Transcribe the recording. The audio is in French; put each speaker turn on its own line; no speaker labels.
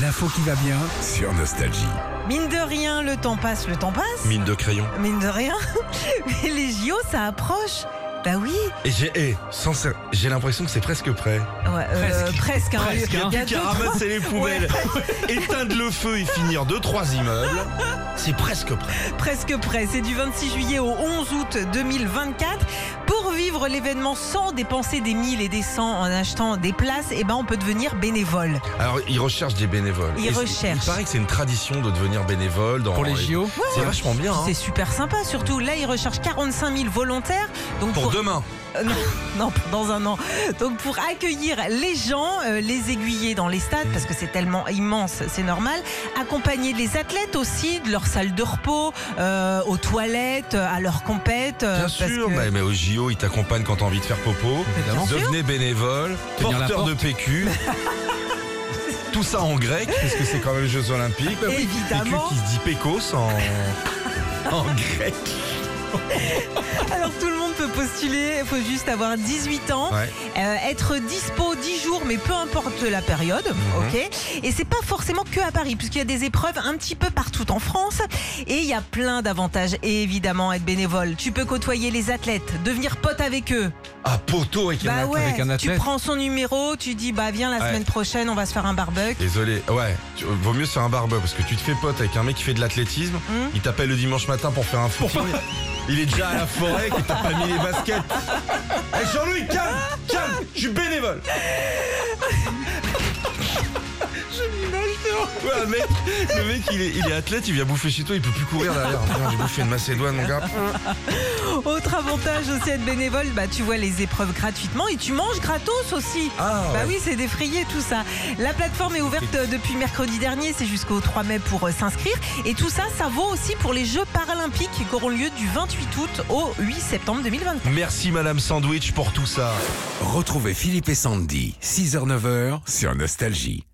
L'info qui va bien.
sur Nostalgie.
Mine de rien, le temps passe, le temps passe.
Mine de crayon.
Mine de rien. Mais les JO, ça approche. Bah oui.
Et j'ai, eh, sincère, j'ai l'impression que c'est presque prêt.
Ouais, euh, presque.
Presque,
hein.
hein.
Il y a
Plus qu'à
deux, trois-
ramasser les poubelles, éteindre le feu et finir deux trois immeubles, c'est presque prêt.
presque près. C'est du 26 juillet au 11 août 2024. Pour vivre l'événement sans dépenser des 1000 et des 100 en achetant des places, eh ben on peut devenir bénévole.
Alors ils recherchent des bénévoles.
Ils
Et c'est-
recherchent.
Il paraît que c'est une tradition de devenir bénévole dans
Pour les JO,
C'est vachement bien. hein.
C'est super sympa, surtout là ils recherchent 45 000 volontaires. Donc
Pour
pour-
demain.
Euh, non, non, pour- dans un an. Donc pour accueillir les gens, euh, les aiguiller dans les stades, parce que c'est tellement immense, c'est normal. Accompagner les athlètes aussi de leur salle de repos, euh, aux toilettes, euh, à leurs compètes. euh,
Bien
parce
sûr, bah,
que-
mais, mais au JO, ils t'accompagnent quand t'as envie de faire popo.
Bien sûr.
Devenez bénévole,
Tenir la
porteur de PQ. Tout ça en grec, puisque c'est quand même les Jeux Olympiques.
oui. Évidemment.
PQ qui se dit Pécos en, en grec.
Alors tout le monde peut postuler, il faut juste avoir 18 ans,
Ouais.
euh, être dispo 10 jours, mais peu importe la période,
Mhm.
ok Et c'est pas forcément que à Paris, puisqu'il y a des épreuves un petit peu partout en France, et il y a plein d'avantages, et évidemment être bénévole. Tu peux côtoyer les athlètes, devenir pote avec eux.
Ah, poteau avec
bah
un
ouais,
avec un
tu
athlète.
prends son numéro, tu dis bah viens la
Ouais.
semaine prochaine, on va se faire un barbecue.
Désolé, ouais, tu- vaut mieux se faire un barbeur parce que tu te fais pote avec un mec qui fait de l'athlétisme,
Hmm.
il t'appelle le dimanche matin pour faire un footing, il est déjà à la forêt que t'as pas mis les baskets. Hey Jean-Louis, calme, calme, je suis bénévole. je m'imagine. Ouais, mec, le mec il est, il est athlète, il vient bouffer chez toi, il peut plus courir derrière. Putain, J'ai bouffé une macédoine, mon gars.
Bah Autre avantage aussi être bénévole, bah tu vois les épreuves gratuitement et tu manges gratos aussi.
Ah,
Bah
ouais.
oui, c'est défrayé tout ça. La plateforme est ouverte euh, depuis mercredi dernier, c'est jusqu'au 3 mai pour euh, s'inscrire. Et tout ça, ça vaut aussi pour les Jeux paralympiques qui auront lieu du 28 août au 8 septembre 2024.
Merci Madame Sandwich pour tout ça.
Retrouvez Philippe et Sandy, 6h-9h sur Nostalgie.